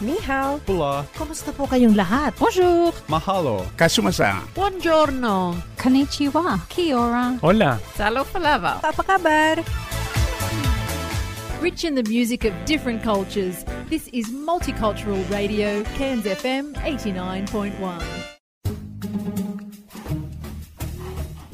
Ni hao. Pula. Kumusta po kayong lahat? Bonjour. Mahalo. Kasumasa. Buongiorno. Konnichiwa. Kia ora. Hola. Salo palava. Apa kabar? Rich in the music of different cultures, this is Multicultural Radio, Cairns FM 89.1.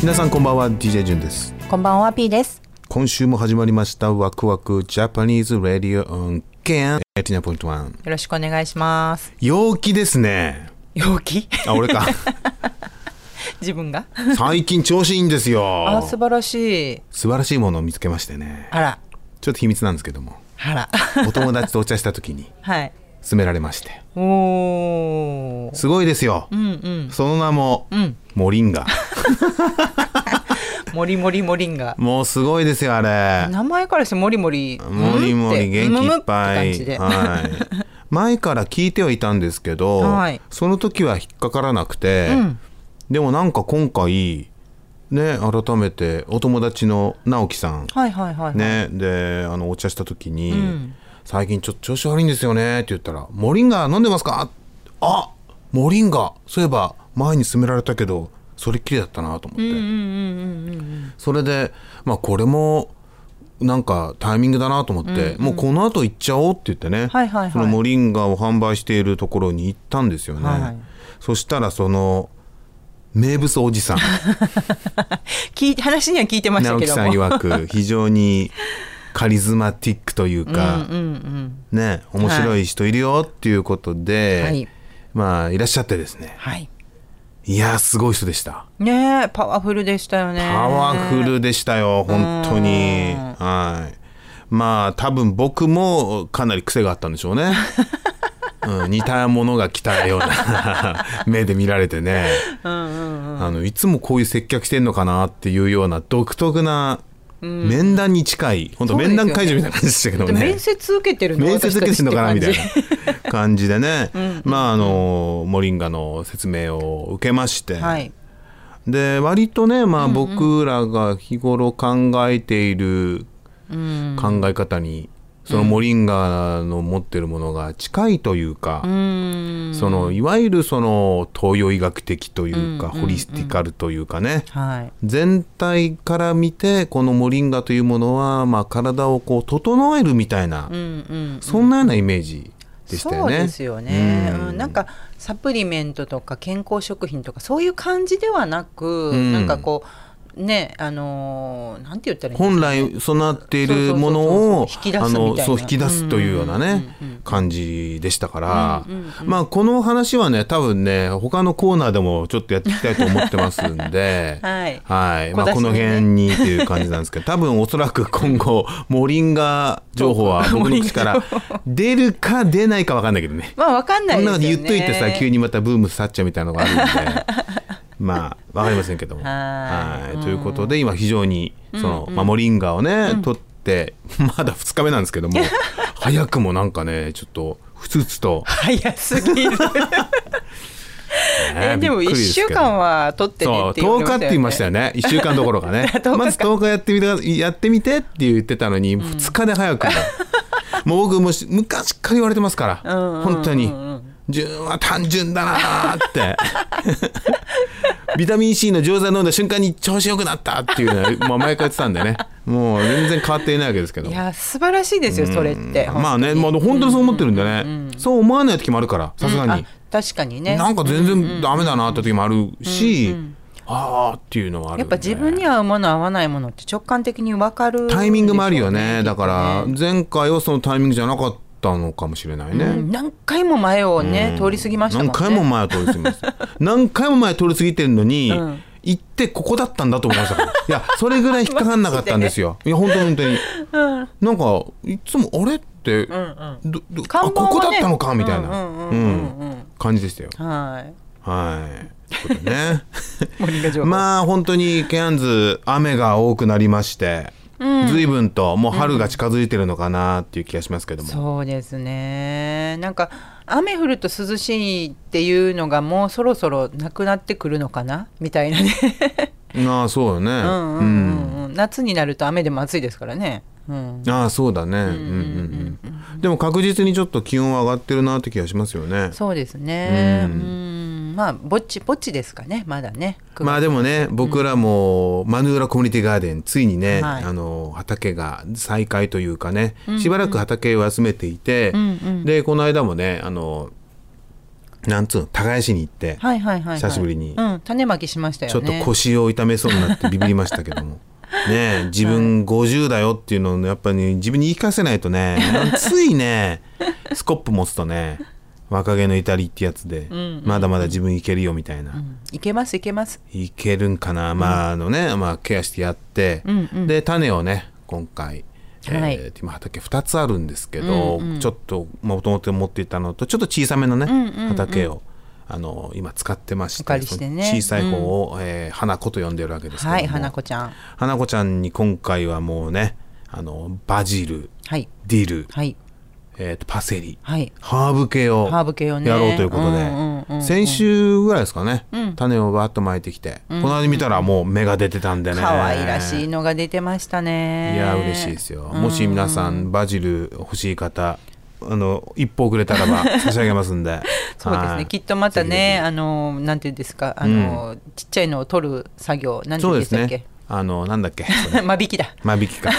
皆さんこんばんは DJ ジュンですこんばんは、P です。今週も始まりましたワクワクジャパニーズラディオオンケン89.1よろしくお願いします。陽気ですね陽気あ俺か 自分が最近調子いいんですあ、よ 素晴らしい。素晴らしいものを見つけましてねあら、ちょっと秘密なんですけどもあら。お友達とお茶した時に はい。勧められましておー。すごいですよ、うんうん。その名も、うん。モリンガもりもりもりんが。もうすごいですよあれ名前からしてもりもり。モリモリ元気いっぱいむむって感じで。はい前から聞いてはいたんですけど、はいその時は引っかからなくて、んでもなんか今回ね改めてお友達の直樹さん、 はいはいはい。。ねであのお茶した時に、ん最近ちょっと調子悪いんですよね」って言ったら「モリンガ飲んでますか?」あモリンガそういえば前に勧められたけどそれっきりだったなと思って、うんうんうんうんそれでまあこれもなんかタイミングだなと思って、もうこの後行っちゃおうって言ってね、はいはいはいそのモリンガを販売しているところに行ったんですよね、はいそしたらその名物おじさん聞いて話には聞いてました直け樹ども。さん曰く非常にカリズマティックというか、うんうんね面白い人いるよっていうことで、はいまあいらっしゃってですねはい。いやーすごい人でしたねえ、パワフルでしたよね。パワフルでしたよ、本当に。うんはい。まあ、多分僕もかなり癖があったんでしょう ね。うん、似たものが来たような 目で見られてね、あのいつもこういう接客してんのかなっていうような独特な面談に近い、本当そうです面よね談会場みたいな感じでしたけどもね面接受けてるの面接受けてんのかなみたい私たちってな感じで ねまああのモリンガの説明を受けまして、感じはい。で割とね、まあ、僕らが日頃考えている考え方に、そのモリンガの持ってるものが近いというか、そのいわゆるその東洋医学的というか、ホリスティカルというかね、はい。全体から見てこのモリンガというものは、まあ、体をこう整えるみたいな、うんうん。そんなようなイメージでしたよね。そうですよね、うんうんなんかサプリメントとか健康食品とかそういう感じではなく、んなんかこうねあのーなんて言ったらいい本んですか来ね備わっているものをそうそうそうそう引き出すあみのたいなそう引き出すというようなね、うんうんうんうん感じでしたから、まあこの話はね多分ね他のコーナーでもちょっとやっていきたいと思ってますんで はいはいまあ、小出しにねこの辺にっていう感じなんですけど多 分おそらく今後モリンガ情報は僕の口から出るか出ないか分かんないけどね。まあわかんないこんですなよのね言っといてさ急ににまたブーム去っちゃうみたいなのがあるんで まあわかりませんけども。はい はいということで今非常にその、まあ、モリンガをね、取って まだ2日目なんですけ ども早くもなんかねちょっとふつふつと、早すぎるえ ねでもびっく1りす週けど間は取ってそねうって言わ10れ日って言いましたよね1週間どころか ね10日かまず10日やってみてやってみてって言ってたのに2日で早 くも、もう僕もし昔から言われてますから、本当に純は単純だなーってビタミン C の錠剤飲んだ瞬間に調子良くなったっていうのは、まあ、前から言ってたんでねもう全然変わっていないわけですけどいや素晴らしいですよそれってまあね、まあ、でも本当にそう思ってるんでね、そう思わない時もあるからさすがに、あ確かにねなんか全然ダメだなって時もあるし、ああっていうのはあるやんでっぱ自分に合うもの合わないものって直感的に分かるんでしょうね、タイミングもあるよねだからきっとね前回はそのタイミングじゃなかったのかもしれないね、うん何回も前をね、通り過ぎましたもん何ね回も前を通り過ぎました 何回も前通り過ぎてるのに、ん行ってここだったんだと思いましたからい やそれぐらい引っかかんなかったんですよ、いや本当に本当に、なんかいつもあれってって、うんどどあ看板はねここだったのかみたいな、うんうんうんうんうん感じでしたよ。うんはいはい。ということでね。森が情報まあ本当にケアンズ雨が多くなりまして、随分ともう春が近づいてるのかなっていう気がしますけども、そうですねなんか雨降ると涼しいっていうのがもうそろそろなくなってくるのかなみたい なねああそうよねううんうんうんうん、夏になると雨でも暑いですからね、うん、ああそうだね、うんうんうん、でも確実にちょっと気温は上がってるなって気がしますよねそうですねううんんまあぼっちぼっちですかねまだねまあでもね僕らもマヌーラコミュニティガーデンついにね、はいあの畑が再開というかねしばらく畑を休めていて、でこの間もねあのなんつうの耕しに行って、はいはいはい、はい、久しぶりにうん、種まきしましたよちょねっと腰を痛めそうになってビビりましたけ ども。ねえ自分50だよっていうのをやっぱり、自分に言い聞かせないとね ついねスコップ持つとね若気の至りってやつで、まだまだ自分いけるよみたいな、うんいけますいけますいけるんかなまああのね、まあ、ケアしてやって、で種をね今回、えーはい今畑2つあるんですけど、ちょっともともと持っていたのとちょっと小さめのね、畑をあの今使ってましてお借りしてねその小さい方を、えー花子と呼んでるわけですけどもはい花子ちゃん花子ちゃんに今回はもうねあのバジルはいディル、はいえーとパセリはいハーブ系をハーブ系をねやろうということで、うんうんうんうん先週ぐらいですかね、種をバーッと巻いてきて、この間見たらもう芽が出てたんでね可愛らしいのが出てましたねいや嬉しいですよ、もし皆さんバジル欲しい方あの一歩くれたら ば差し上げますんでそうですはねいきっとまたぜひぜねあのなんていうんですかあのちっちゃいのを取る作業なんひてそ言ううんでですしたっねけあのなんだっけ 間引きだ間引きか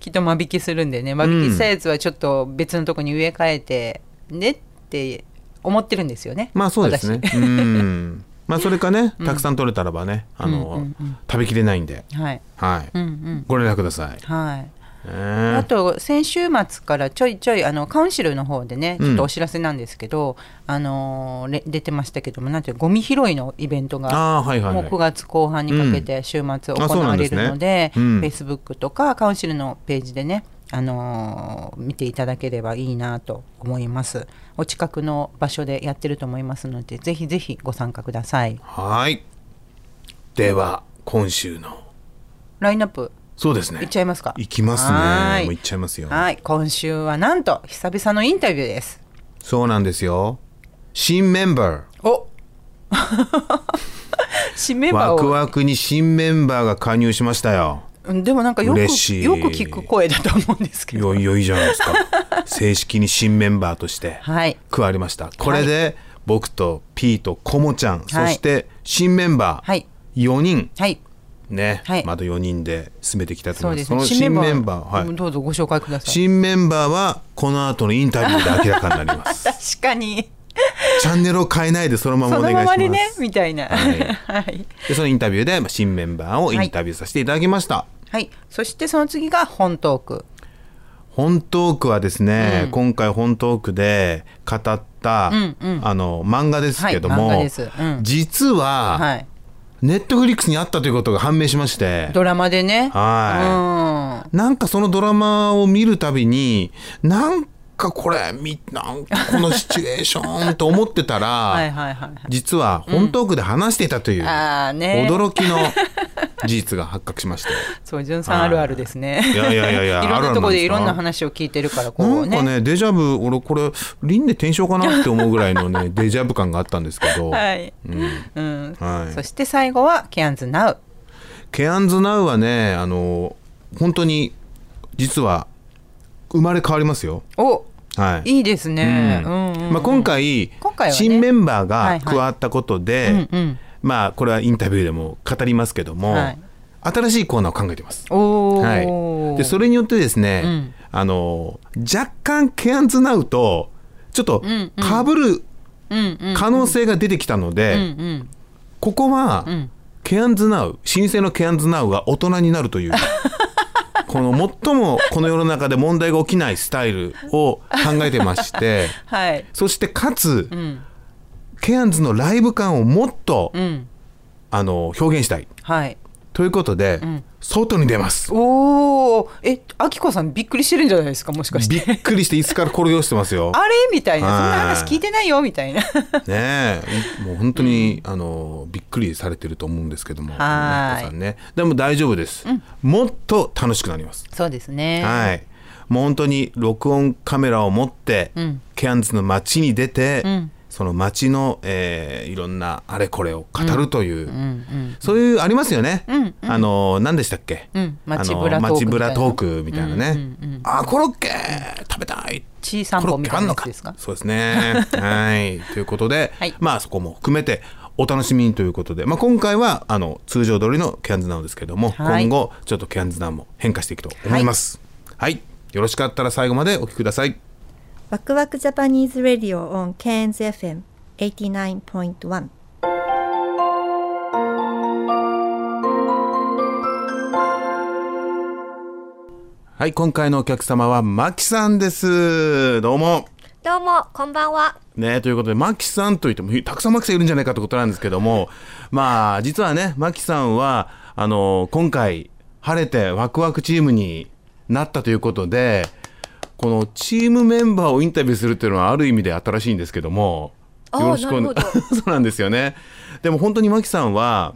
きっと間引きするんでね間引きしたやつはちょっと別のとこに植え替えてねって思ってるんですよねまあそうですね私うんまあそれかねたくさん取れたらばね、あの、食べきれないんで はいはい、うんうんご連絡ください、ねはいえあと先週末からちょいちょいあのカウンシルの方でねちょっとお知らせなんですけど、あのれ出てましたけどもなんていうのゴミ拾いのイベントがああはいはい、もはうい、 9月後半にかけて週末行われるので、あそうなんフェでイスブックとかカウンシルのページでね、あのー見ていただければいいなと思います。お近くの場所でやってると思いますので、ぜひぜひご参加ください。はい。では、今週の。ラインナップそうですね。いっちゃいますか。行きますねはーいもう行っちゃいますよはい、今週はなんと久々のインタビューです。そうなんですよ。新メンバお、 締めー。ばワクを。ワクに新メンバーが加入しました よ。うんでもなんかよくよく嬉しい聞く声だと思うんですけど。よいよいじゃないですか。正式に新メンバーとしてはい。加わりました。これで、僕とピーとコモちゃん、そして新メンバー、はい4人。はい。ね、はいまた4人で進めていきたいとそ思ういま。ですすね。の新メンバー、はい、どうぞご紹介ください。新メンバーはこの後のインタビューで明らかになり ます。確かにチャンネルを変えないでそのままそおの願いしま。ますまでねみたいなははいい、 はいでそのインタビューでまあ新メンバーをインタビューさせていただきました。そしてその次が本トーク本トークはですね、今回本トークで語った、あの漫画ですけども、はい漫画ですうん実は、はいネットフリックスにあったということが判明しまして、ドラマでねはなんかそのドラマを見るたびになんかこれみなんかこのシチュエーションと思ってたら、うん はいはいはいはい実は本トークで話していたという、あーね驚きの事実が発覚しまして。そう潤さんあるあるですね、いやいやいやいや いろんあるあるなんですかなとこでいろんな話を聞いてるから こなうんねかねデジャブ俺これ輪廻転生かなって思うぐらいの ねデジャブ感があったんですけど、はい、うんうんはいそして最後はケアンズナウケアンズナウはねあの本当に実は生まれ変わりますよ。おはいいいですね、ううんんうんまあ、今回今回はね新メンバーはがいはい加わったことで、うんうんまあこれはインタビューでも語りますけども、はい新しいコーナーを考えてます。おお、はい、でそれによってですね、んあの若干ケアンズナウとちょっとんうんかぶるうんうん可能性が出てきたので、うんうんここは、んケアンズナウ新生のケアンズナウが大人になるという この最もこの世の中で問題が起きないスタイルを考えてまして はいそしてかつ、うんケアンズのライブ感をもっと、うんあの表現したいはいということで、外に出ますおおえあきこさんびっくりしてるんじゃないですかもしかしびてっくりして椅子から転げ落ちてますよあれみたいなそんなはい話聞いてないよみたいなねえもう本当に、あのびっくりされてると思うんですけどもはーいマリコさんねでも大丈夫です、もっと楽しくなります、 そうですねはいもう本当に録音カメラを持って、ケアンズの街に出て、その街の、えーいろんなあれこれを語るという、そういうありますよね、あの何でしたっけ、んあの街ぶらトークみたいな街ぶらトークみたいなね、あコロッケ食べたいチー散歩みたいなやつですかそうですね。はい。ということで、はいまあそこも含めてお楽しみにということで、まあ、今回はあの通常通りのキャンズナウですけども、はい今後ちょっとキャンズナウも変化していくと思います。はい、よろしかったら最後までお聞きください。ワクワクジャパニーズ・ラディオ on Cairns FM 89.1はい、今回のお客様はマキさんです。どうも。どうも、こんばんは。ね、ということでマキさんといってもたくさんマキさんいるんじゃないかということなんですけども まあ実はねマキさんはあの今回晴れてワクワクチームになったということでこのチームメンバーをインタビューするっていうのはある意味で新しいんですけどもあーおなるほ そうなんですよねでも本当にマキさんは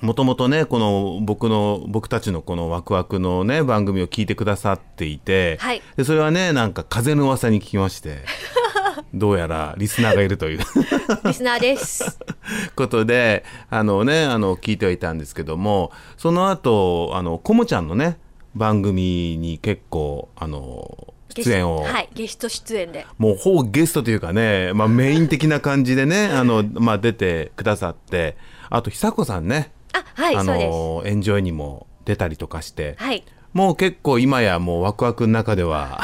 もともとねこの僕の僕たちのこのワクワクのね番組を聞いてくださっていて、はいでそれはねなんか風の噂に聞きまして どうやらリスナーがいるという リスナーです。ことであのねあの聞いてはいたんですけどもその後あのコモちゃんのね番組に結構あの 出演を、はい、ゲスト出演で。もうほぼゲストというかね、まあ、メイン的な感じでねあ の、まあ、出てくださってあと久子さんねあ、はい、あそうでのエンジョイにも出たりとかして、す。はい、もう結構今やもうワクワクの中では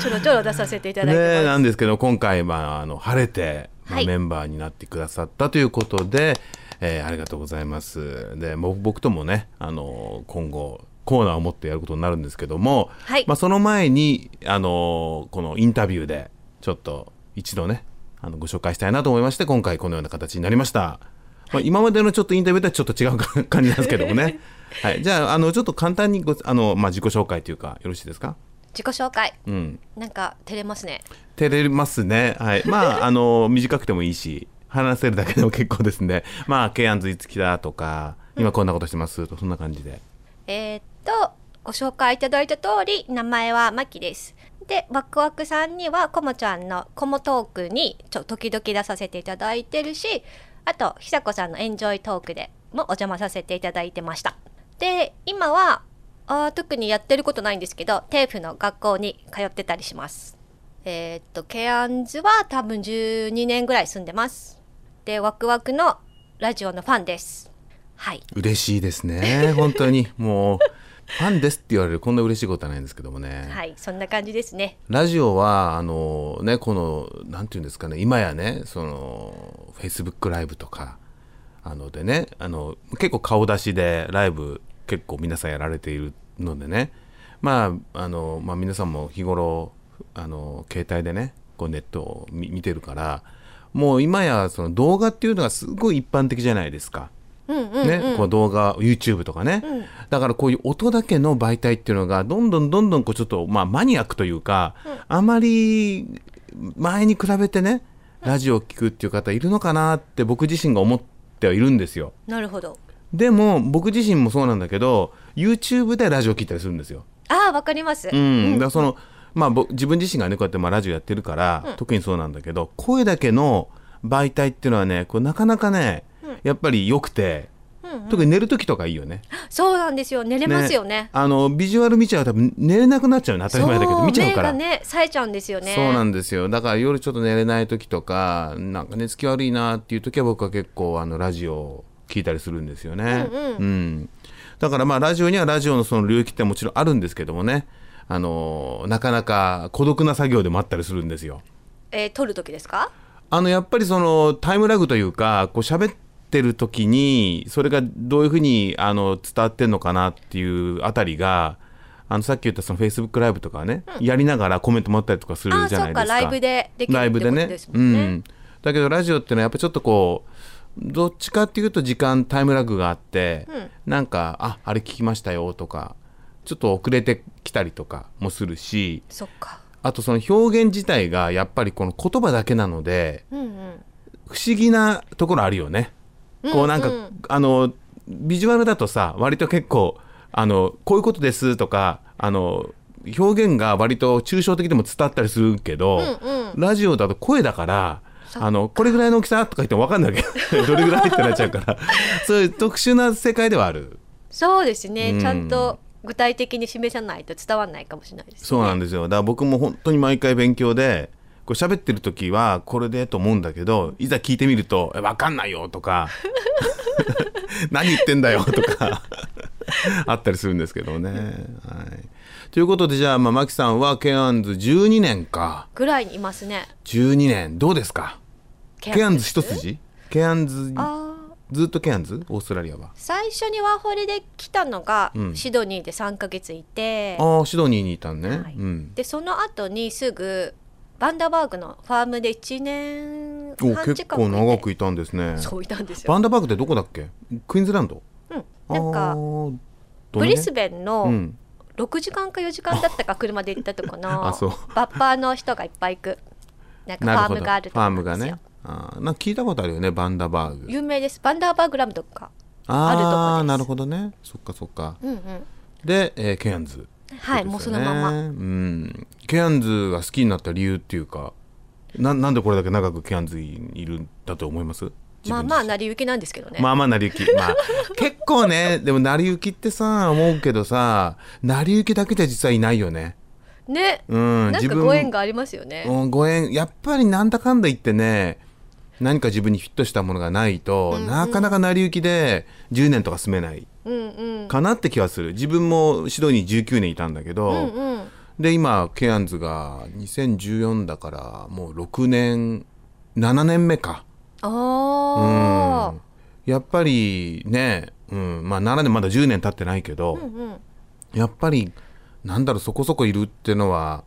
ちょろちょろ出させていただねいてます。えなんですけど今回、まあ、あの晴れて、まあはいメンバーになってくださったということで、えーありがとうございます。でもう僕ともねあの今後コーナーを持ってやることになるんですけども、はいまあ、その前にあのこのインタビューでちょっと一度ねあのご紹介したいなと思いまして今回このような形になりました。まあ、今までのちょっとインタビューとはちょっと違うか感じなんですけどもね。はい、じゃああのちょっと簡単にごあの、まあ、自己紹介というかよろしいですか、自己紹介。うん、なんか照れますね。照れますね。はい。まあ、あの、短くてもいいし、話せるだけでも結構ですね。まあ、ケアンズいつきだとか、今こんなことしてますと、そんな感じで。えーっと、ご紹介いただいた通り、名前はマキです。で、ワクワクさんには、コモちゃんのコモトークに、ちょ、時々出させていただいてるし、あと、久子さんのエンジョイトークでもお邪魔させていただいてました。で、今は、あー特にやってることないんですけど、テープの学校に通ってたりします。えーっと、ケアンズは多分12年ぐらい住んでます。で、ワクワクのラジオのファンです。はい。嬉しいですね。本当に。もう、ファンですって言われる、こんな嬉しいことはないんですけどもね。はい、そんな感じですね。ラジオは、あの、ね、この、なんていうんですかね、今やね、その、Facebook ライブとか、あのでね、あの、結構顔出しでライブ結構皆さんやられているのでね、まあ、あの、まあ皆さんも日頃、あの、携帯でね、こうネットを見見てるから、もう今やその動画っていうのがすごい一般的じゃないですか。ね、こう動画 YouTube とかね、だからこういう音だけの媒体っていうのがどんどんどんどんこうちょっと、まあ、マニアックというか、あまり前に比べてねラジオを聴くっていう方いるのかなって僕自身が思ってはいるんですよなるほど。でも僕自身もそうなんだけど YouTube でラジオ聴いたりするんですよ、ああ、わかります。うんだからその、まあ、僕自分自身がねこうやってまあラジオやってるから、特にそうなんだけど声だけの媒体っていうのはねこうなかなかね、やっぱり良くて、特に寝る時とかいいよねそうなんですよ。寝れますよね。あのビジュアル見ちゃうと多分寝れなくなっちゃうね当たり前だけど見ちゃうから、目がね、冴えちゃうんですよね。そうなんんですよだから夜ちょっと寝れない時とかなんか寝つき悪いなっていう時は僕は結構あのラジオを聞いたりするんですよね、うんだからまあラジオにはラジオのその領域ってもちろんあるんですけどもねあのなかなか孤独な作業でもあったりするんですよえー、撮る時ですかあのやっぱりそのタイムラグというかこう喋ってる時にそれがどういうふうにあの伝わってんのかなっていうあたりがあのさっき言ったその Facebook ライブとかはね、やりながらコメントもあったりとかするああ、じゃそなういですか。か、ライブでできるラっイてこブとでねですもんね。うん、だけどラジオってのはやっぱちょっとこうどっちかっていうと時間タイムラグがあって、んなんか「ああれ聞きましたよ」とかちょっと遅れてきたりとかもするしそっかあとその表現自体がやっぱりこの言葉だけなので、不思議なところあるよね。こうなんか、あのビジュアルだとさ割と結構あのこういうことですとかあの表現が割と抽象的でも伝わったりするけど、ラジオだと声だから。あのこれぐらいの大きさとか言っても分かんないわけ どどれぐらいってなっちゃうからそういう特殊な世界ではあるそうですね、うんちゃんと具体的に示さないと伝わらないかもしれないですねそうなんですよだから僕も本当に毎回勉強でこう喋ってる時はこれでと思うんだけどいざ聞いてみると「えわかんないよ」と か「何言ってんだよ」とかあったりするんですけどね。はい、ということでじゃあ、まあ、マキさんはケアンズ12年かぐらいにいますね12年どうですかケケアンズ一筋ケアンズあーずっとケアンズオーストラリアは。最初にワーホリで来たのが、うんシドニーで3ヶ月いてああシドニーにいたんね。はいうん、でその後にすぐバンダーバーグのファームで1年お半結近くい構て長くいたんですね。そういたんですよバンダーバーグってどこだっけクイーンズランドうんなんあかーブリスどベンのねのん、 6時間か4時間だったか車で行ったとこ のあそうバッパーの人がいっぱい行くなんかフなるほァーどムがあるとフこァなーんでムすよがねあーなんか聞いたことあるよねバンダーバーグ有名ですバンダーバーグラムとかあるとこあであすなるほどねそっかそっかうんうんで、えーケアンズはいもうそのままうんケアンズが好きになった理由っていうかななんでこれだけ長くケアンズにいるんだと思いますまあまあな成り行きなんですけどね、まあまあ成り行き、 まあ、結構ねでも成り行きってさ思うけどさ成り行きだけじゃ実はいないよねね、うんなん自か分ご縁がありますよね、うん、ご縁やっぱりなんだかんだ言ってね何か自分にフィットしたものがないと、なかなか成り行きで10年とか住めないうんうんかなって気はする自分もシドニー19年いたんだけど、うんで今ケアンズが2014だからもう6年7年目か、あうんやっぱりね、うんまあ、7年まだ10年経ってないけど、ーうんうんやっぱりなんだろうそこそこいるっていうのは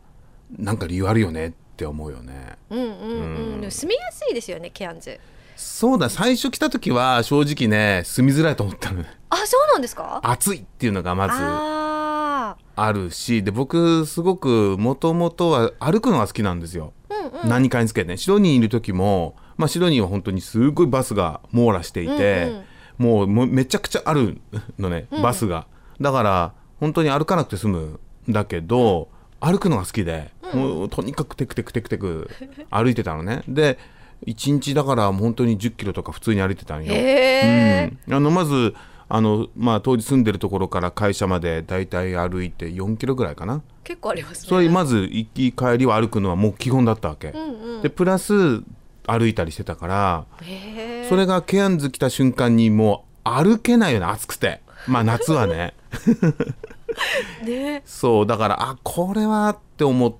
なんか理由あるよねって思うよね。うんうんうんでも住みやすいですよねケアンズそうだ最初来た時は正直ね住みづらいと思ったのねあそうなんですか暑いっていうのがまずああるしで僕すごくもともとは歩くのが好きなんですよ、何かにつけてねシドニーにいる時も、まあ、シドニーは本当にすごいバスが網羅していて、もうもうめちゃくちゃあるのねバスが、だから本当に歩かなくて済むんだけど歩くのが好きで、もうとにかくテクテクテクテク歩いてたのねで1日だからもう本当に1 0キロとか普通に歩いてたんーよ、へえうんあのまずあの、まあ、当時住んでるところから会社までだいたい歩いて4キロぐらいかな結構ありますねそれまず行き帰りは歩くのはもう基本だったわけ、でプラス歩いたりしてたからへそれがケアンズ来た瞬間にもう歩けないよね暑くてまあ夏はねえねそうだからあこれはって思っ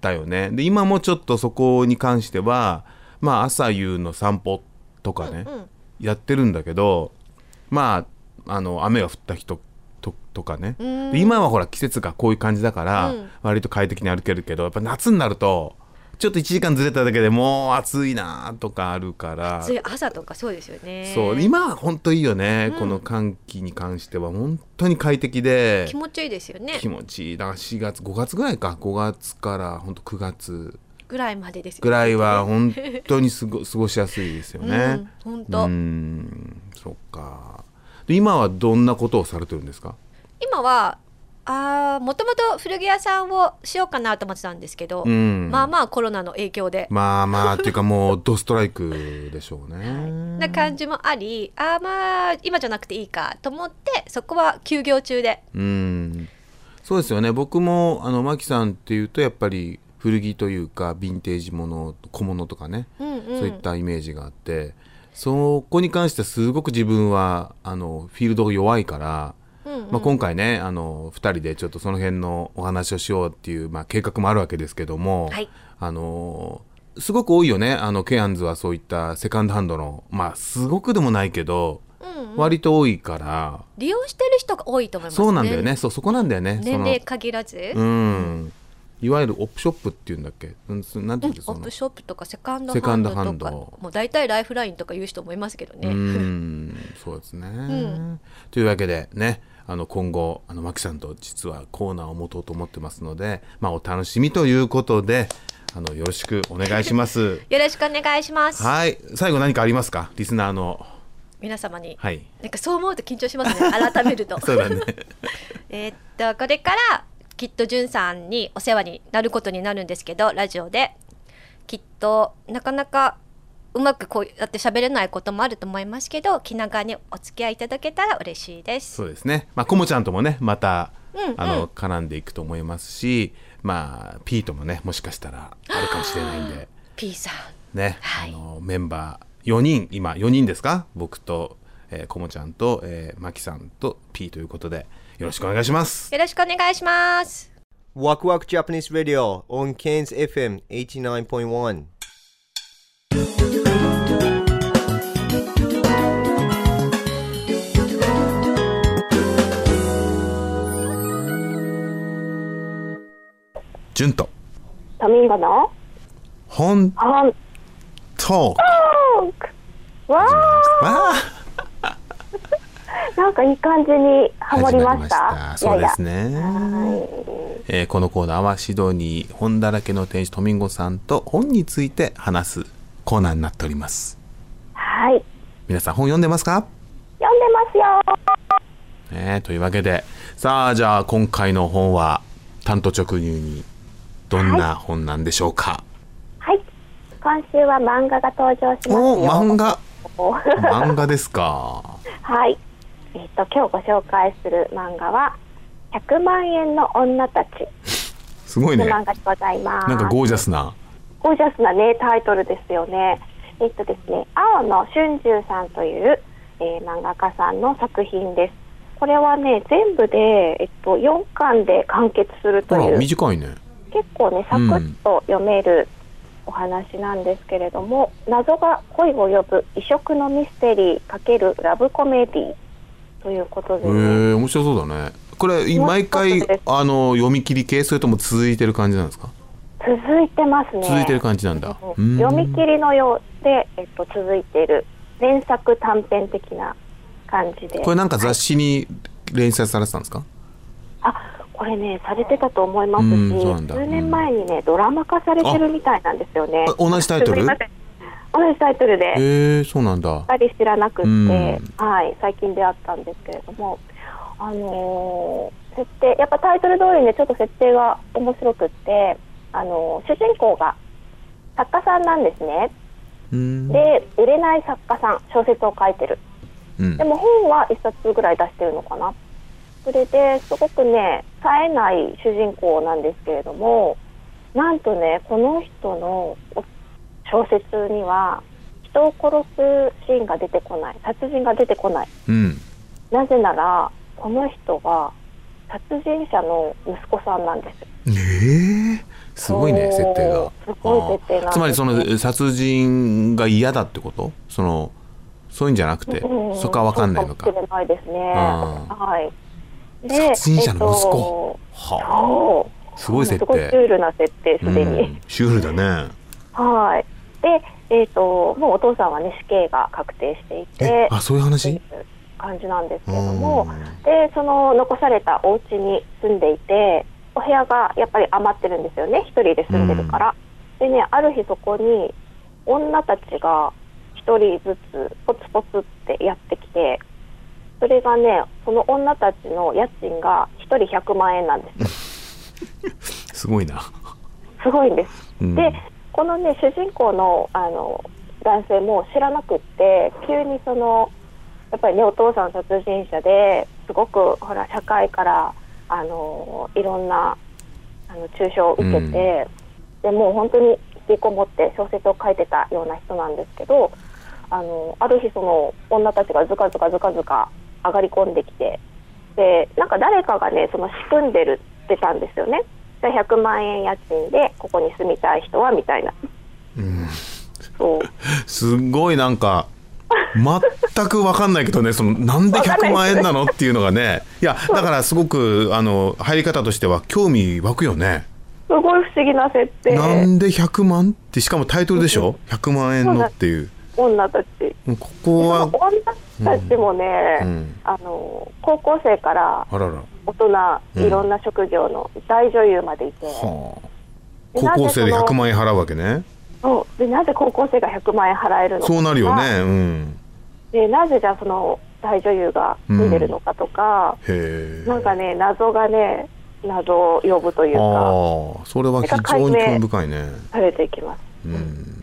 たよねで今もちょっとそこに関してはまあ朝夕の散歩とかね、やってるんだけどまああの雨が降った日とととかねで今はほら季節がこういう感じだから、割と快適に歩けるけどやっぱ夏になるとちょっと1時間ずれただけでもう暑いなとかあるからそういう朝とかそうですよねそう今は本当いいよね、この寒気に関しては本当に快適で気持ちいいですよね気持ちいいだから4月5月ぐらいか5月から本当9月ぐらいまでですよねぐらいは本当にすご 過ごしやすいですよね。うん本う当んそっかで今はどんなことをされてるんですか今はあもともと古着屋さんをしようかなと思ってたんですけど、うんまあまあコロナの影響で、まあまあっていうかもうドストライクでしょうね。な感じもありあーまあ今じゃなくていいかと思ってそこは休業中でうんそうですよね僕もあのマキさんっていうとやっぱり古着というかヴィンテージもの小物とかね、そういったイメージがあってそこに関してすごく自分はあのフィールドが弱いから、まあ、今回ねあの2人でちょっとその辺のお話をしようっていう、まあ、計画もあるわけですけども、はいあのすごく多いよねあのケアンズはそういったセカンドハンドのまあすごくでもないけど、割と多いから。利用してる人が多いと思いますねそうなんだよね。そうそこなんだよね。そ年の齢限らず、うん。いわゆるオプショップっていうんだっけうんすなんていうんですかオッそのプショップとかセカンドセカハンンドドハンとドかもう大体ライフラインとか言う人もいますけどね、うーんそうですね、というわけでねあの今後あのマキさんと実はコーナーを持とうと思ってますので、まあ、お楽しみということであのよろしくお願いします よろしくお願いしますはい最後何かありますかリスナーの皆様に、 はいなんかそう思うと緊張します ね改めるとそうだねえーっとこれからきっとじゅんさんにお世話になることになるんですけどラジオできっとなかなかうまくこうやって喋れないこともあると思いますけど気長にお付き合いいただけたら嬉しいですそうですねまあコモちゃんともねまた、うんうんあの絡んでいくと思いますしまあピートもねもしかしたらあるかもしれないんで P さんね、はいあのメンバー4人今4人ですか僕と、えー、コモちゃんと、えー、マキさんと P ということでよろしくお願いしますよろしくお願いします Waku Waku Japanese Radio on Cairns FM 89.1. ジュンとタミンゴの本オントークトークわあー なんかいい感じにハモりましたそうですねねえーこのコーナーはシドニー本だらけの店主トミンゴさんと本について話すコーナーになっておりますはい皆さん本読んでますか読んでますよねえというわけでさあじゃあ今回の本は単刀直入にどんな本なんでしょうか、はい今週は漫画が登場しますよお漫画は漫画ですか いえっ、と今日ご紹介する漫画は100万円の女たちすごいのねな漫ん画でございます、かゴージャスなゴージャスなねタイトルですよね。えっとですね、青野俊十さんという、えー漫画家さんの作品です。これはね全部でえっと4巻で完結するとほいらう結短いね構ねサクッと読めるお話なんですけれども、謎が恋を呼ぶ異色のミステリー×ラブコメディということへえでね。面白そうだねこれ毎回面白そうですあの読み切り系それとも続いてる感じなんですか、続いてますね。続いてる感じなんだ、うん読み切りのようで、えっと、続いている連作短編的な感じでこれなんか雑誌に連載されてたんですかあこれねされてたと思いますし、うんそうなんだ数年前にねドラマ化されてるみたいなんですよねあ同じタイトルすみません同じタイトルでやっへえそうなんだぱり知らなくって、うんはい、最近出会ったんですけれどもあのー設定やっぱタイトル通りねちょっと設定が面白くって、あのー主人公が作家さんなんですねうんで売れない作家さん小説を書いてるうんでも本は1冊ぐらい出してるのかな。それですごくね、冴えない主人公なんですけれども、なんとね、この人のお小説には、人を殺すシーンが出てこない、殺人が出てこない。うんなぜなら、この人が殺人者の息子さんなんです。ええすごいねおー設定がすごい設定なんですねあーつまりその殺人が嫌だってことそのそういうんじゃなくて、うんそこは分かんないのかそうもしれないですね。あーはい。殺人者の息子えっとはそうあすごい設すごいシ定ュールな設定、すでに。うんシュールだねはい。で、えっ、と、もうお父さんはね、死刑が確定していえて、あそういうっていう話感じなんですけれどうもん、で、その残されたお家に住んでいて、お部屋がやっぱり余ってるんですよね、一人で住んでるから。でね、ある日そこに、女たちが一人ずつポツポツってやってきて、それがね、その女たちの家賃が一人100万円なんです。すごいなすごいんです。うんで、このね、主人公のあの男性も知らなくって、急にその、やっぱりね、お父さん殺人者ですごく、ほら、社会から、あの、いろんな、あの、中傷を受けて、うんで、もう本当に引きこもって小説を書いてたような人なんですけど、あの、ある日その女たちがずかずかずかずか上がり込んできて、でなんか誰かがねその仕組んでるってたんですよねで100万円家賃でここに住みたい人はみたいな、そうすごいなんか全く分かんないけどねそのなんで100万円なのっていうのがねいやだからすごくあの入り方としては興味湧くよねすごい不思議な設定なんで100万ってしかもタイトルでしょ100万円のっていう女たちもうここそはの女たちもね、うんあの高校生からあららは大人、うんいろんな職業の大女優までいて、あ高校生で100万円払うわけねそうでなぜ高校生が100万円払えるのかそうなるよねうんでなぜじゃあその大女優が住んでるのかとか、へえなんかね謎がね謎を呼ぶというかああそれは非常に興味深いねされていきますうん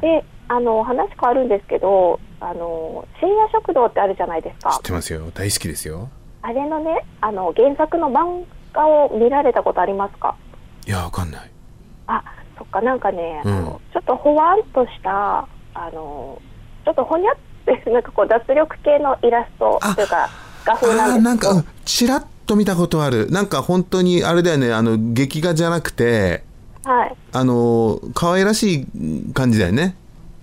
であの話変わるんですけどあの深夜食堂ってあるじゃないです知かってますよ大好きですよあれのねあの原作の漫画を見られたことありますかいやわかんないあそっかなんかね、うんあのちょっとほわんとしたあのちょっとほにゃって なんかこう脱力系のイラストというか画風ああーななんんですかけうどんちらっと見たことあるなんか本当にあれだよねあの劇画じゃなくてはいあのー可愛らしい感じだよね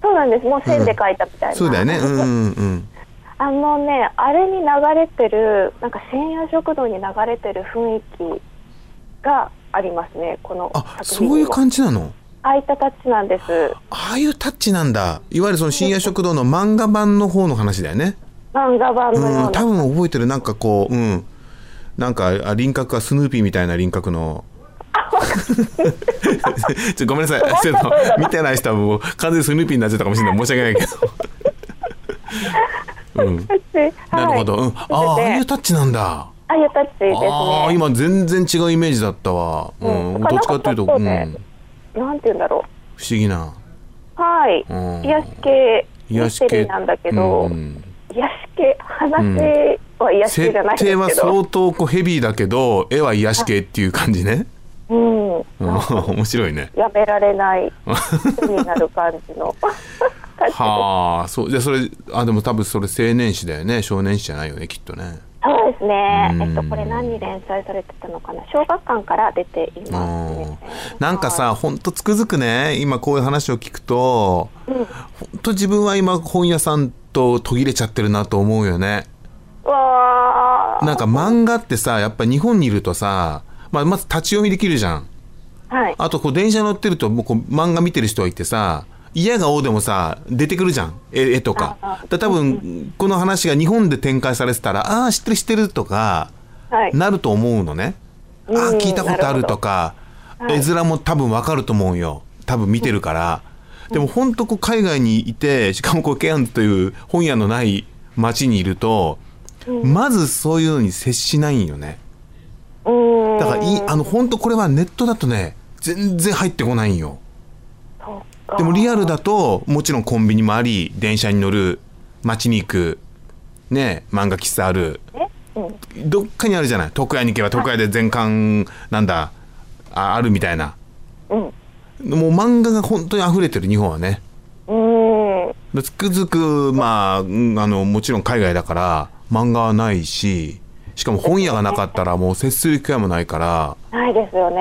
そうなんですもう線で描いたみたいな、そうだよねうんうんうんあのねあれに流れてるなんか深夜食堂に流れてる雰囲気がありますねこのあ作そ品ういにうも感じなのああいったタッチなんですああいうタッチなんだいわゆるその深夜食堂の漫画版の方の話だよね漫画版うのようんな、多分覚えてるなんかこううんなんかあ輪郭がスヌーピーみたいな輪郭 のちょごめんなさいちょっと見てない人はもう完全にスヌーピーになっちゃったかもしれない申し訳ないけどうんはい、なるほど、うん、ああああいうあタッチなんだあいうタッチですねああ今全然違うイメージだったわ、うんうんどっちかっていうと、そううん、不ね思なんて言うんだろ議なうはい、うん癒し系癒ミしステリ系ーなんだけど、うんうん癒し系話は癒し系設じゃないんですけ定はど、相当こうヘビーだけど絵は癒し系っていう感じね、うん うん、面白いねやめられない人になる感じの タッチですはあそうじゃあそれあでも多分それ青年誌だよね少年誌じゃないよねきっとねそうですねう。んえっとこれ何に連載されてたのかな。小学館から出ていますね。なんかさほんとつくづくね今こういう話を聞くと、ほんと自分は今本屋さんと途切れちゃってるなと思うよねうわあ。なんか漫画ってさやっぱ日本にいるとさ、まあ、まず立ち読みできるじゃんはい。あとこう電車乗ってるともうこう漫画見てる人がいてさ嫌がおうでもさ出てくるじゃん絵絵とかああだ多分この話が日本で展開されてたらああー知ってる知ってるとかはい。なると思うのね、うんあー聞いたことあるとかなるほどはい絵面も多分わかると思うよ多分見てるから、でも本当こう海外にいてしかもこうケアンズという本屋のない町にいると、まずそういうのに接しないんよねうーん。だからいいあの本当これはネットだとね全然入ってこないんよそうかでもリアルだともちろんコンビニもあり電車に乗る街に行くね漫画喫茶あるね。うん。どっかにあるじゃない徳屋に行けば徳屋で全巻なんだああるみたいなうん。うもう漫画が本当に溢れてる日本はねーん。つくづくまあ,うん、あのもちろん海外だから漫画はないししかも本屋がなかったらもう接する機会もないからないですよね。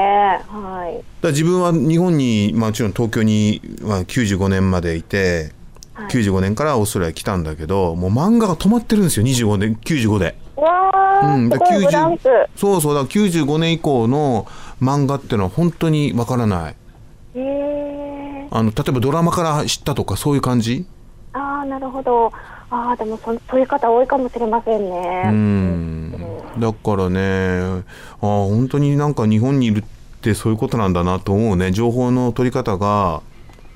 はい。だから自分は日本に、まあ、もちろん東京に、まあ、95年までいて、はい95年からオーストラリアに来たんだけどもう漫画が止まってるんですよ25年95で。うわあ。うん、すでごいブランク。 90そうそうだから95年以降の漫画ってのは本当にわからないへえ。あの例えばドラマから知ったとかそういう感じああ、なるほど。ああ、でもそそういう方多いかもしれませんうね。んだからねあ本当になんか日本にいるってそういうことなんだなと思うね情報の取り方が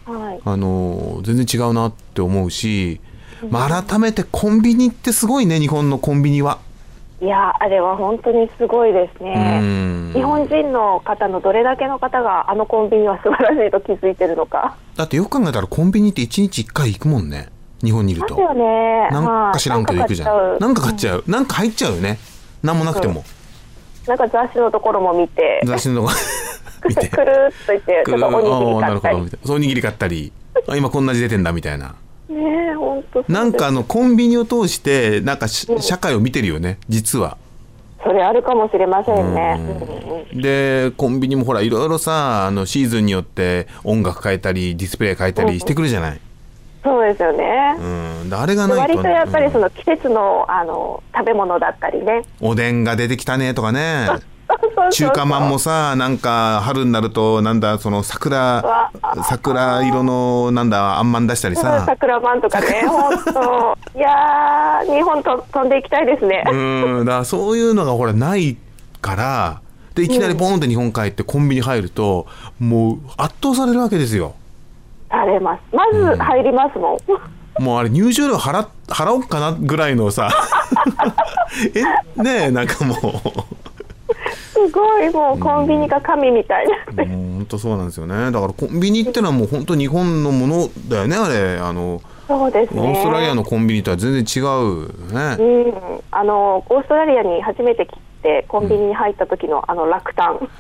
はい。あの全然違うなって思うし、まあ、改めてコンビニってすごいね日本のコンビニは。いやーあれは本当にすごいですねうん日本人の方のどれだけの方があのコンビニは素晴らしいと気づいてるのかだってよく考えたらコンビニって1日1回行くもんね日本にいるでと。すよねなんか知らんけど行くじゃはん。いななんんかか買買っっちちゃうゃう。なんか入っちゃうよね。なんもなくても。なんか雑誌のところも見て雑誌の とこ見て。くるーっといってちょっとおにぎりああ買っなるたほどりみたいな。そうおにぎり買ったり。あ今こんな字出てんだみたいな。ねえ本当なんかあのコンビニを通してなんかし社会を見てるよね実は。それあるかもしれませんねうんうんでコンビニもほらいろいろさあのシーズンによって音楽変えたりディスプレイ変えたりしてくるじゃない。そうですよねうん。であれがでないと割とね。やっぱりそうんの季節のあの食べ物だったりねおでんが出てきたねとかね。中華まんもさなんか春になるとなんだその桜桜色のなんだあんまん出したりうんさ桜版とか ね、本当。いやー、日本と飛んでいきたいですね。うんだからそういうのがほらないからでいきなりボーンって日本帰ってコンビニ入るともう圧倒されるわけですよされます。まず入りますもん。 もうあれ入場料払っ払おうかなぐらいの さえねえなんかもう。すごい、もうコンビニが神みたいな。もう本当そうなんですよねだからコンビニってのはもう本当日本のものだよねあれあのそうですね。オーストラリアのコンビニとは全然違うようねん、あのオーストラリアに初めて来てコンビニに入った時のあの落胆、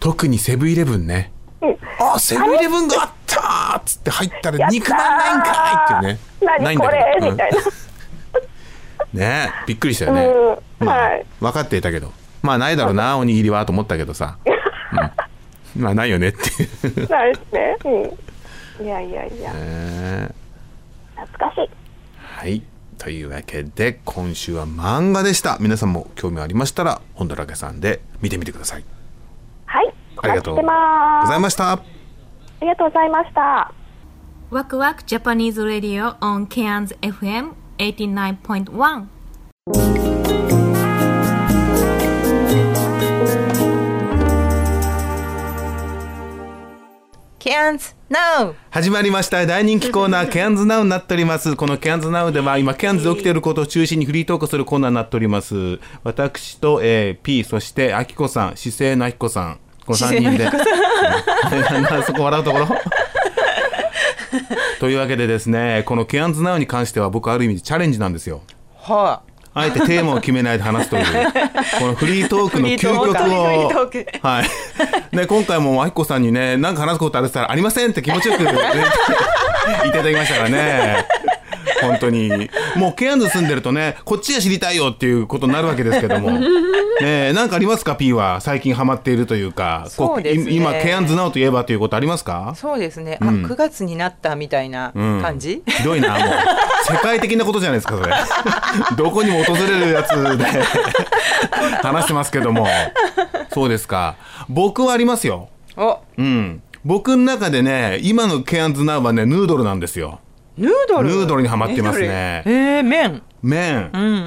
特にセブンイレブンねうんあセブンイレブンがあったーっつって入ったら肉まんないんかいっていうね何これみたいな、な、うんねえびっくりしたよね、うんま あはい分かっていたけどまあないだろうなおにぎりはと思ったけ どさ、うんまあないよねっていうないです ね、うん、いやいやいやね懐かしいはい。というわけで今週は漫画でした。皆さんも興味ありましたら本ドラケさんで見てみてください。はいありがとうお待ちしてまごすざいました。ありがとうございましたワクワクジャパニーズラディオ on Cairns FM 89.1ケアンズ NOW! 始まりました大人気コ ーナーケアンズナウになっておりますこのケアンズナウでは今ケアンズで起きていることを中心にフリートークするコーナーになっております私と、えー、P そしてあきこさん姿勢のあきこさんこの3人で うんそこ笑うところというわけでですねこのケアンズナウに関しては僕ある意味チャレンジなんですよはあえてテーマを決めないで話すという このフリートークの究極をフリートークはいね今回もあきこさんにね何か話すことあるって言ったらありませんって気持ちよく、 ね、いただきましたからね本当にもうケアンズ住んでるとねこっちが知りたいよっていうことになるわけですけども ね何かありますか P は最近ハマっているというかこそうですねい今ケアンズナウといえばということありますかそうですね、うあん9月になったみたいなうん感じ、ひどいなもう世界的なことじゃないですか それどこにも訪れるやつで話してますけどもそうですか僕はありますよおうん僕の中でね今のケアンズナウはねヌードルなんですよヌードルヌードルにハマってますねヌードルえー、麺麺、うんうんう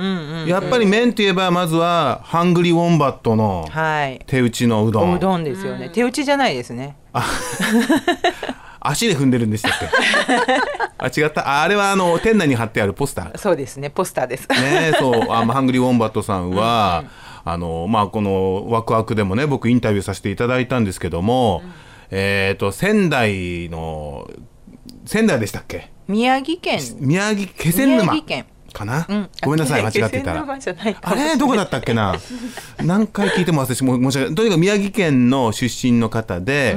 んやっぱり麺といえばまずはハングリーウォンバットのはい手打ちのうどんおうどんですよね、手打ちじゃないですね 足で踏んでるんでしたっけあ違ったああれはあの店内に貼ってあるポスターそうですねポスターです、ねそうあまあハングリーウォンバットさんは、あのまあこのワクワクでもね僕インタビューさせていただいたんですけども、えっ、と仙台の仙台でしたっけ宮城県宮城気仙宮沼城県かな、うんごめんなさい間あ違っていた気仙ら沼じゃないかあもしれないれどこだったっけな何回聞いても忘れてしもう申し訳ないとにかく宮城県の出身の方で、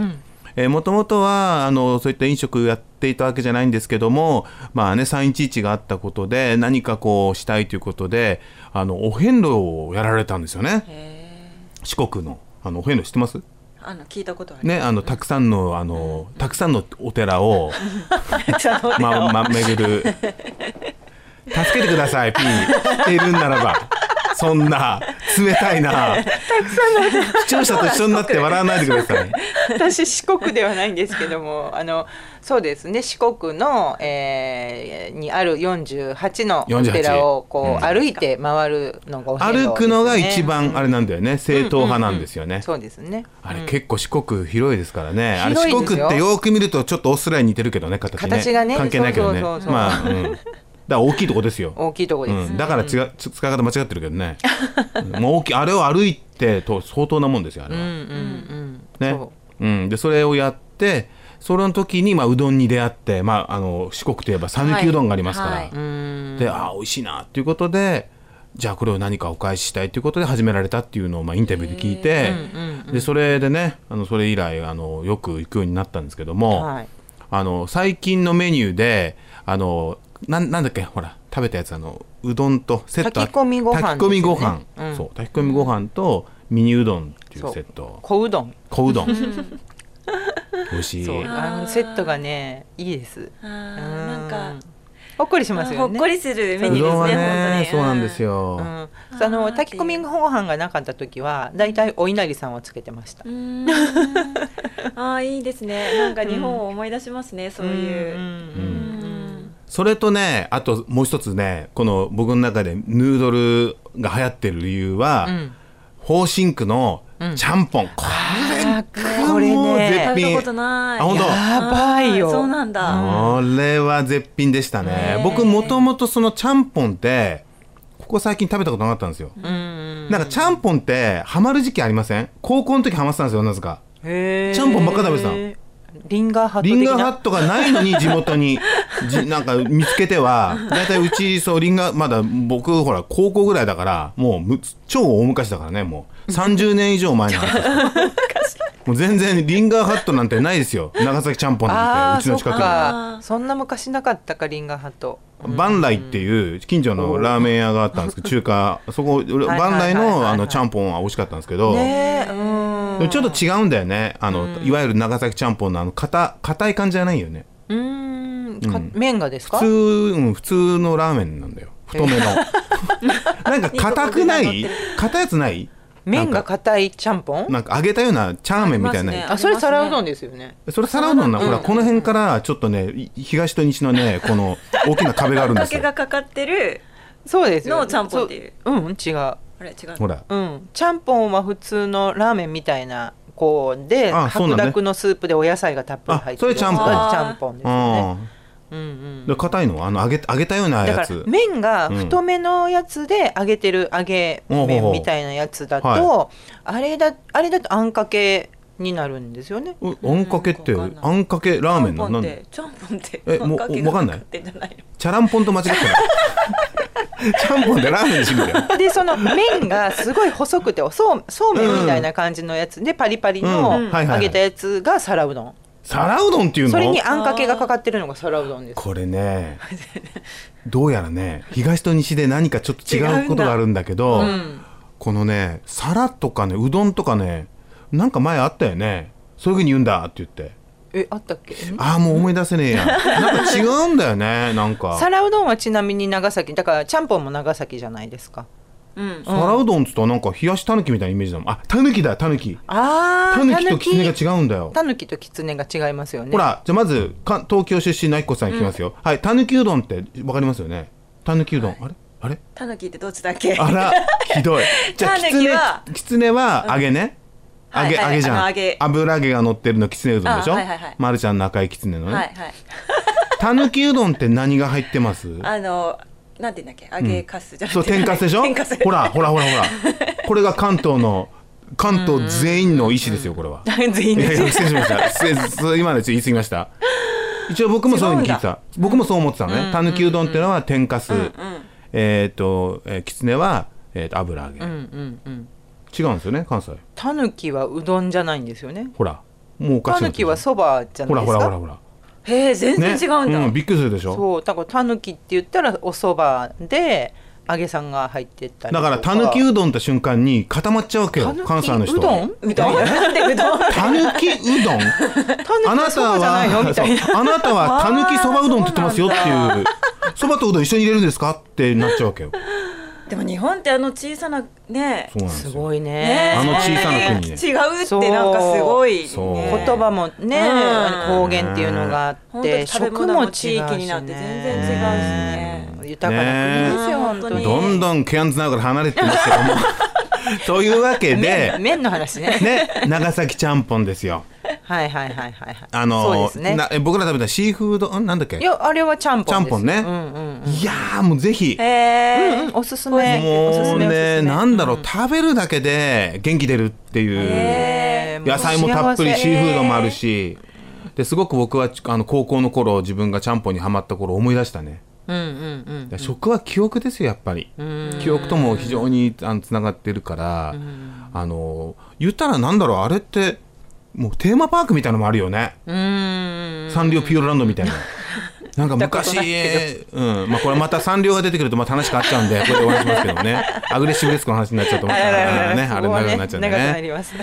えーもともとはあのそういった飲食やっていたわけじゃないんですけどもまあね311があったことで何かこうしたいということであのお遍路をやられたんですよね四国のあのお遍路知ってますあの聞いたことある。ねあのたくさんのあのたくさんのお寺 をま、ま、巡る。助けてください、P。っているんならば。そんな、冷たいな。視聴者と一緒になって笑わないでください。私四国ではないんですけ どもあのそうですね四国の、えーにある48のお48寺をこう、うん歩いて回るのがお遍路ですね歩くのが一番、あれなんだよね。正統派なんですよね。そうですねあれ結構四国広いですからね。あれ広い四です国よってよく見るとちょっとオーストラリアに似てるけどね、形ね。形がね関係ないけどね。そうそうそうそうまあ、うん。だから大きいとこです よ。大きいとこです、うん、だから違うつ使い方間違ってるけど ね、うんもう大きいあれを歩いてと相当なもんですよあれは、うんうんうんね、そうん、でそれをやってその時に、まあ、うどんに出会って、まあ、あの四国といえば讃岐うどんがありますから、はいはでああ美味しいなということでじゃあこれを何かお返ししたいということで始められたっていうのを、まあ、インタビューで聞いて、でそれでねあのそれ以来あのよく行くようになったんですけども、はいあの最近のメニューであのなんなんだっけほら食べたやつあのうどんとセットあ炊き込みご飯炊き込みご飯、ですよねうんそう炊き込みご飯とミニうどんっていそううセット小うどん小うどん美味しいそうあのセットがねいいですあーなんかほっこりしますよほっねこりする メニューですねうどんは本当にねそうなんですよ、うんあの炊き込みご飯がなかった時はだいたいお稲荷さんをつけてましたああ Ah, いいですねなんか日本を思い出しますね、そういう、それとねあともう一つねこの僕の中でヌードルが流行ってる理由は、うんフォーシンクのちゃんぽん、ここれもう食絶品べたことないあ本当やばいよそうなんだ、これは絶品でしたね僕もともとそのちゃんぽんってここ最近食べたことなかったんですよ、なんかちゃんぽんってハマる時期ありません高校の時ハマってたんですよなぜかへーちゃんぽんばっか食べてたのリンガーハットリ的なンガーハットがないのに地元 にじなんか見つけては大体うちそうリンガーまだ僕ほら高校ぐらいだからもうむ超大昔だからねもう30年以上前の話 ですもう全然リンガーハットなんてないですよ長崎ちゃんぽんなあんあてうちのそ近っくにはかそんな昔なかったかリンガーハットバンライっていう近所のラーメン屋があったんですけど中華そこはいバンライのあのちゃんぽんは美味しかったんですけど、ねえうんでもちょっと違うんだよねあの、いわゆる長崎ちゃんぽんのあの硬硬い感じじゃないよねうーんうんか麺がですか普通、うん、普通のラーメンなんだよ太めのなんか硬くない硬いやつない麺が硬いちゃんぽんなんか揚げたようなチャーメンみたいな、あそれ皿うどんですよねそれ皿うどんな、ほらこの辺からちょっとねい東と西のねこの大きな壁があるんで す竹よがかかってるそうですよのちゃんぽんっていうそううん違うあれ違うほらうんちゃんぽんは普通のラーメンみたいなこうであそうな白んだね濁のスープでお野菜がたっぷり入ってそれるちゃんぽんちゃんぽんですよねうんで硬いのあの揚げ揚げたようなだやからつ麺が太め、めのやつで揚げてる揚げ麺みたいなやつだとあれだあれだとあんかけになるんですよねうんあんかけってあんかけラーメンなのなんでちゃんぽんってえもうあけわかんないチャランポンと間違ってないちゃんぽんってラーメンにしみだよでその麺がすごい細くて おそうそうめんみたいな感じのやつでパリパリのうんはいはいはい揚げたやつが皿うどん皿うどんっていうのそれにあんかけがかかってるのが皿うどんですこれねどうやらね東と西で何かちょっと違うことがあるんだけどうんこのね皿とかねうどんとかねなんか前あったよねそういうふうに言うんだって言ってえあったっけああもう思い出せねえやなんか違うんだよねなんか皿うどんはちなみに長崎だからちゃんぽんも長崎じゃないですかうん皿うどんっつったらなんか冷やしたぬきみたいなイメージだもんあたぬきだたぬきあーたぬきときつねが違うんだよたぬきときつねが違いますよねほらじゃあまずか東京出身のあきこさんいきますよ、はいたぬきうどんってわかりますよねたぬきうどん、あれあれたぬきってどっちだっけあら、ひどい。じゃあ、 タきヌつキねは、きつねは揚げね。い揚げ、はい揚げじあのゃ揚んげ。油揚げが乗ってるのきつねうどんでしょあはいはいはいまるちゃんの赤いきつねのはいね。はい たぬきうどんって何が入ってますあのなんて言うんだっけ揚げかすじゃなそう、天かすでしょ天かすほら、ほら ほらほら。これが関東の、関東全員の意思ですよ、これは。全員いやでいすや、失礼しました失礼。す今のちょっと言い過ぎました。一応僕もそういうふうに聞いてた。僕もそう思ってたのね。たぬきうどんっていうのは天かす。えっと、えーきつねは、えーと油揚げ。うんうんうん違うんですよね、関西。たぬきはうどんじゃないんですよねほら、もうおかたしいぬきはそばじゃほらないでほすらかほらほら。へえ全然違うんだ、ねびっくりするでしょ。そうだからたぬきって言ったらおそばで揚げさんが入ってたりだからたぬきうどんって瞬間に固まっちゃうわけよどん関西の人うどんうどんなんでうどんたぬきうどんあなたそうじゃないのみはたいな そうあなたはたぬきそばうどんって言ってますよっていうそばとうどん一緒に入れるんですかってなっちゃうわけよでも日本ってあの小さなねそうなんですすよごいねねあの小さな国ね違うってなんかすごいそうね言葉もね、うん方言っていうのがあっ本当てに食べ食物も違もう地し、域になって全然違うしね豊かな国ですよ、ね本当にどんどんケアンズながら離れてますけ どもというわけで麺の話ねね長崎ちゃんぽんですよはいはいはいはいはいあのそうですねなえ僕ら食べたシーフードんなんだっけいやあれはちゃんぽんですちゃんぽんねうんうんいやーもうぜひへうえんうんおすすめおすすもうめおすねすめなんだろう食べるだけで元気出るっていうえー野菜もたっぷり幸せシーフードもあるしですごく僕はあの高校の頃自分がちゃんぽんにはまった頃思い出したねうんうんうん食は記憶ですよやっぱり記憶とも非常にあのつながってるからあの言ったらなんだろうあれってもうテーマパークみたいなのもあるよねうん サンリオピューロランドみたいななんか昔、うん、まあこれまた三両が出てくるとまた話変わっちゃうんで、これで終わりにしますけどね。アグレッシブレスクの話になっ ちゃうと思ったら、ね、あれ長くなっちゃうんで長くなね。ります。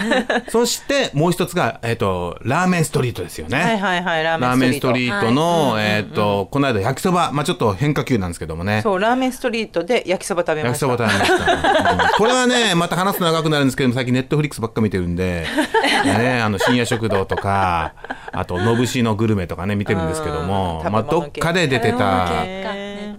そしてもう一つが、えっと、ラーメンストリートですよね。はいはいはいララーーメメンンスストトリリーートトの、えっと、この間焼きそば、まあちょっと変化球なんですけどもね。そうラーメンストリートで焼きそば食べ焼まきした。そば食べました、うんこれはねまた話すと長くなるんですけども最近ネットフリックスばっか見てるんで、ね、あの深夜食堂とかあと「のぶしのグルメ」とかね見てるんですけども、まあ、どっかで出てた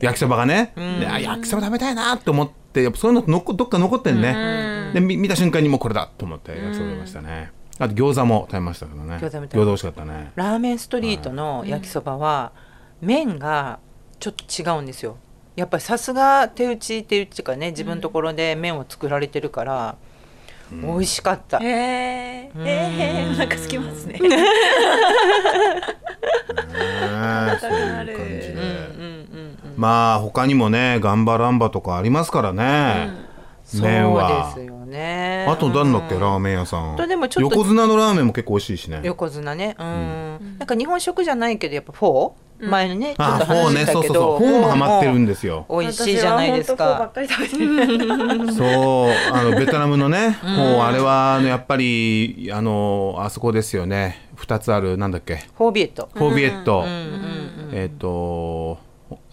焼きそばがね、であ焼きそば食べたいなと思ってやっぱそういうのってのこどっか残ってんね、でみ見た瞬間にもうこれだと思って焼きそば食べましたね、あと餃子も食べましたけどね餃子も食べました餃子美味しかった ねラーメンストリートの焼きそばは麺がちょっと違うんですよやっぱりさすが手打ち手打ちかね自分のところで麺を作られてるから、美味しかった、へえー、えー、なんか好きますね。ねそういう感じで、まあ他にもね「ガンバランバ」とかありますからね、麺はそうですよねあとなだんだっけ、ラーメン屋さんほんとでもちょっと横綱のラーメンも結構美味しいしね横綱ねうん、なんか日本食じゃないけどやっぱフォー、前のねちょっあとフォー話ねしたそうけそうどそうフォーもハマってるんですよ美味しいじゃないですか私は本当フォーばっかり食べてる。そうあ のベトナムのね、うんもうあれはあのやっぱりあのあそこですよね2つあるなんだっけフォービエットフォービエット、うんうんえっ、と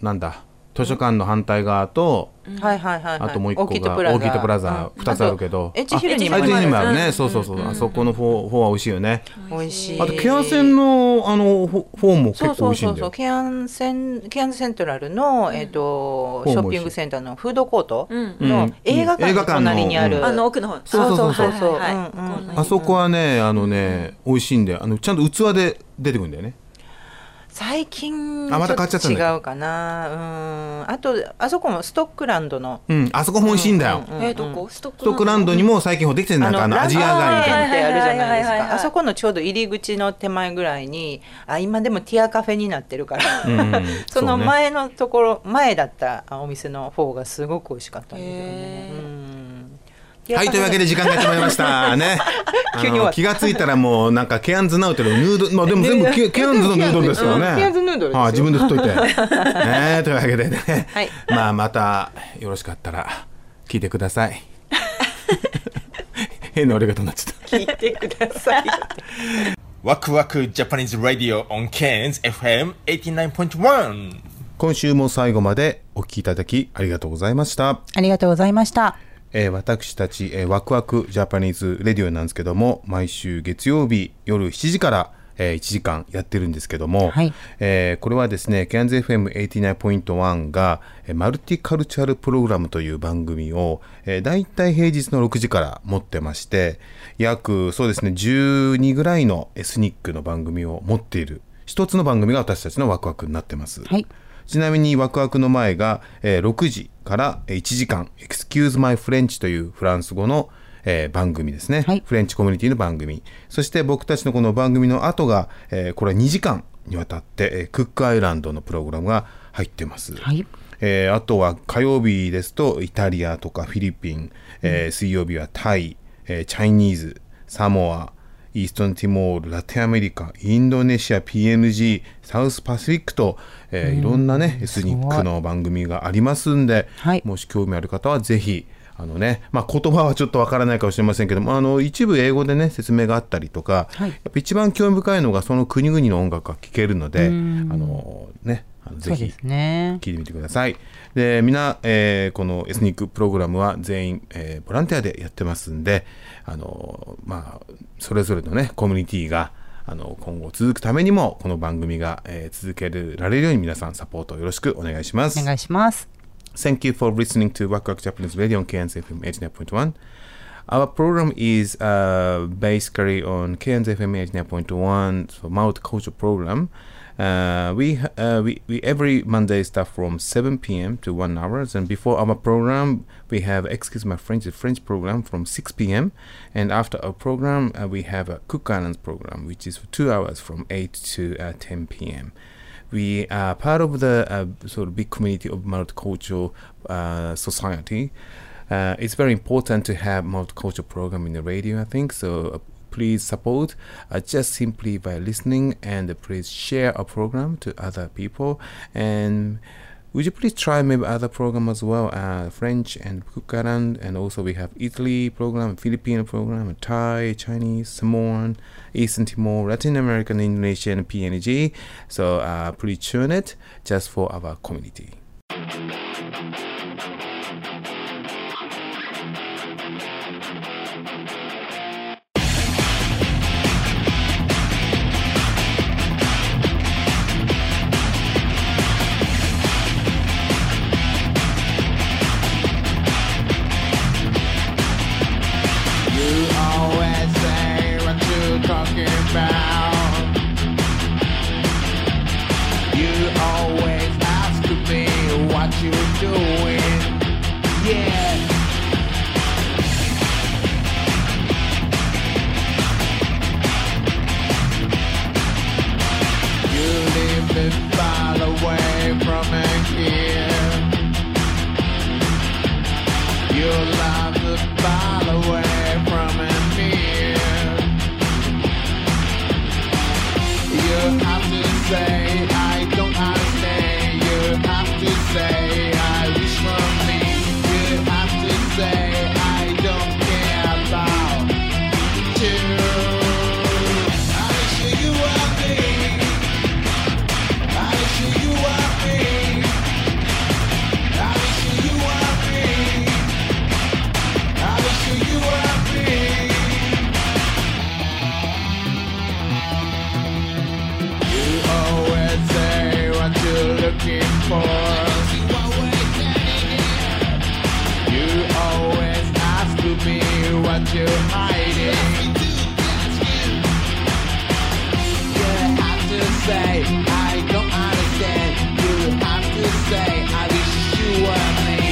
なんだ図書館の反対側と、うんはいはいはい、はい、あともう一個がオ大ーキきッいドとプラザプラザ二つあるけど、あとエッジヒルにもあエッジヒルにもあるあね、るそうそうそう、あそこのフォーフォーは美味しいよね。美味しいあとケア線のあのフォフォーも結そ構美うそう味しいそんうだそうよ。ケアンセンケアンセントラルの、えっ、とフォーも美味しいショッピングセンターのフードコートうんの映画館の隣にある、うん映画館のうんあの奥の方そうそうそうそうそうそううんうんあそこはね、あのね、美味しいんだよ。あのちゃんと器で出てくるんだよね。最近あまた買っちゃったんだちょと違うかなうんあとあそこもストックランドのうん、あそこも美味しいんだよ。えー、どこストッストックランドにも最近ほできてるなんかあのアジア街みたいな。あるじゃないですはいはいはいはいはいかあそこのちょうど入り口の手前ぐらいにあ今でもティアカフェになってるから、 うんうんそのそうね前のところ、前だったお店のフォーがすごく美味しかったんですよねうんティアはい、とカフェいうわけで時間がやってまいりましたね。 急に終わあのった気がついたらもうなんかケアンズナウトのヌ ードル、まあでも全部ケケアンズのヌードルですからうね。んケアンズヌードルですよはい自分で振っ といて。ねというわけでね、はいまあまたよろしかったら聞いてくだ さい。変な俺がとなっちゃった。聞いてください Waku Japanese Radio on Cairns FM 89.1. 今週も最後までお聞きいただきありがとうございました。ありがとうございました。えー私たち、えーワクワクジャパニーズレディオなんですけども毎週月曜日夜7時から、え1時間やってるんですけども、えーこれはですねケアンズ FM89.1 が、えーマルティカルチャルプログラムという番組を、えー、大体平日の6時から持ってまして約そうですね12ぐらいのエスニックの番組を持っている一つの番組が私たちのワクワクになってます。ちなみにワクワクの前が、えー6時からえー1時間「Excuse My French」というフランス語の、えー番組ですね、フレンチコミュニティの番組そして僕たちのこの番組の後が、えーこれは2時間にわたって、えークックアイランドのプログラムが入ってます、えーあとは火曜日ですとイタリアとかフィリピン、えー水曜日はタイ、えーチャイニーズサモアイーストンティモール、ラテンアメリカ、インドネシア、PNG、サウスパシフィックと、えーいろんなね、エスニックの番組がありますんで、もし興味ある方はぜひ、あのね、まあ、言葉はちょっとわからないかもしれませんけども、あの、一部英語でね、説明があったりとか、やっぱ一番興味深いのがその国々の音楽が聴けるので、あうんの、ね、あのぜそうでひすね。聞いてみてください。で、皆、えーこのエスニックプログラムは全員、えーボランティアでやってますんで、あのーまあ、それぞれのね、コミュニティが、あの、今後続くためにも、この番組が、えー続けられるように皆さんサポートをよろしくお願いします。お願いします。 Thank you for listening to Waku Waku Japanese Radio on KNZFM 89.1. Our program is uh, basically on KNZFM 89.1 so Mouth Culture Program. Uh, we, uh, we we every Monday start from 7 p.m. to 1 hours, and before our program we have Excuse My French, the French program from 6 p.m. and after our program uh, we have a Cook Islands program, which is for two hours from 8 to uh, 10 p.m we are part of the uh, sort of big community of multicultural uh, society. Uh, it's very important to have multicultural program in the radio, I think. So uh, Please support uh, just simply by listening and please share our program to other people. And would you please try maybe other program as well, uh, French and Kukaran, and also we have Italy program, Filipino program, Thai, Chinese, Samoan, Eastern Timor, Latin American, Indonesian, PNG. So uh, please tune it just for our community. You always say what you're talking about. You always ask me what you're doing. Yeah. You live a far away from here. Your life is far away from here. You have to say, I don't understand. You have to say, I wish for me. You have to say, I don't care about you. I wish you were me. I wish you were me. I wish you were me. I wish you were me. You always say what you're looking for. You always ask me what you're hiding. You have to say I don't understand. You have to say I wish you were me.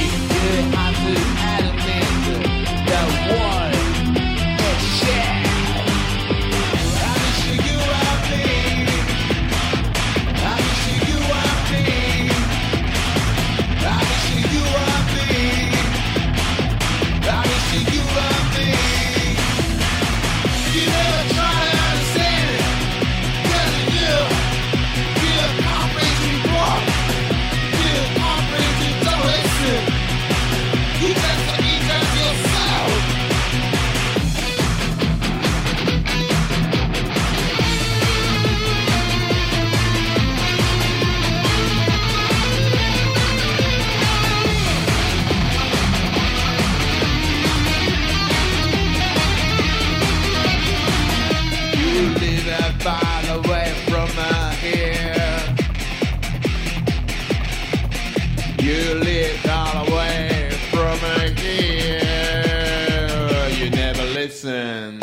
You have to admit the one. Yeah. I wish you were me. I wish you were me. I wish you were me. I wish you were me. You never try to understand it. Yes, you do. You comprehend me more. You comprehend me don't listen. You just you just yourself. You live a far away from uh, here. You live far away from uh, here. You never listen.